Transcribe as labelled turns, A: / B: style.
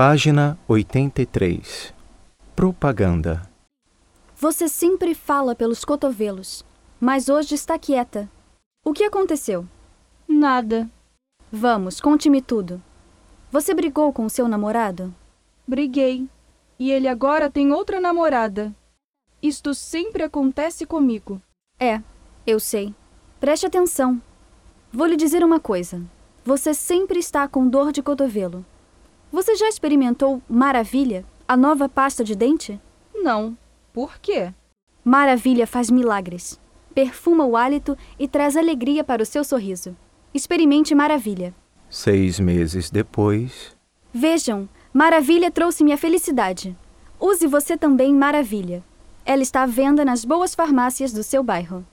A: Página 83 Propaganda
B: Você sempre fala pelos cotovelos, mas hoje está quieta. O que aconteceu?
C: Nada.
B: Vamos, conte-me tudo. Você brigou com seu namorado?
C: Briguei. E ele agora tem outra namorada. Isto sempre acontece comigo.
B: É, eu sei. Preste atenção. Vou lhe dizer uma coisa. Você sempre está com dor de cotovelo. Você já experimentou Maravilha, a nova pasta de dente?
C: Não. Por quê?
B: Maravilha faz milagres. Perfuma o hálito e traz alegria para o seu sorriso. Experimente Maravilha.
A: Seis meses depois,
B: Vejam, Maravilha trouxe-me a felicidade. Use você também Maravilha. Ela está à venda nas boas farmácias do seu bairro.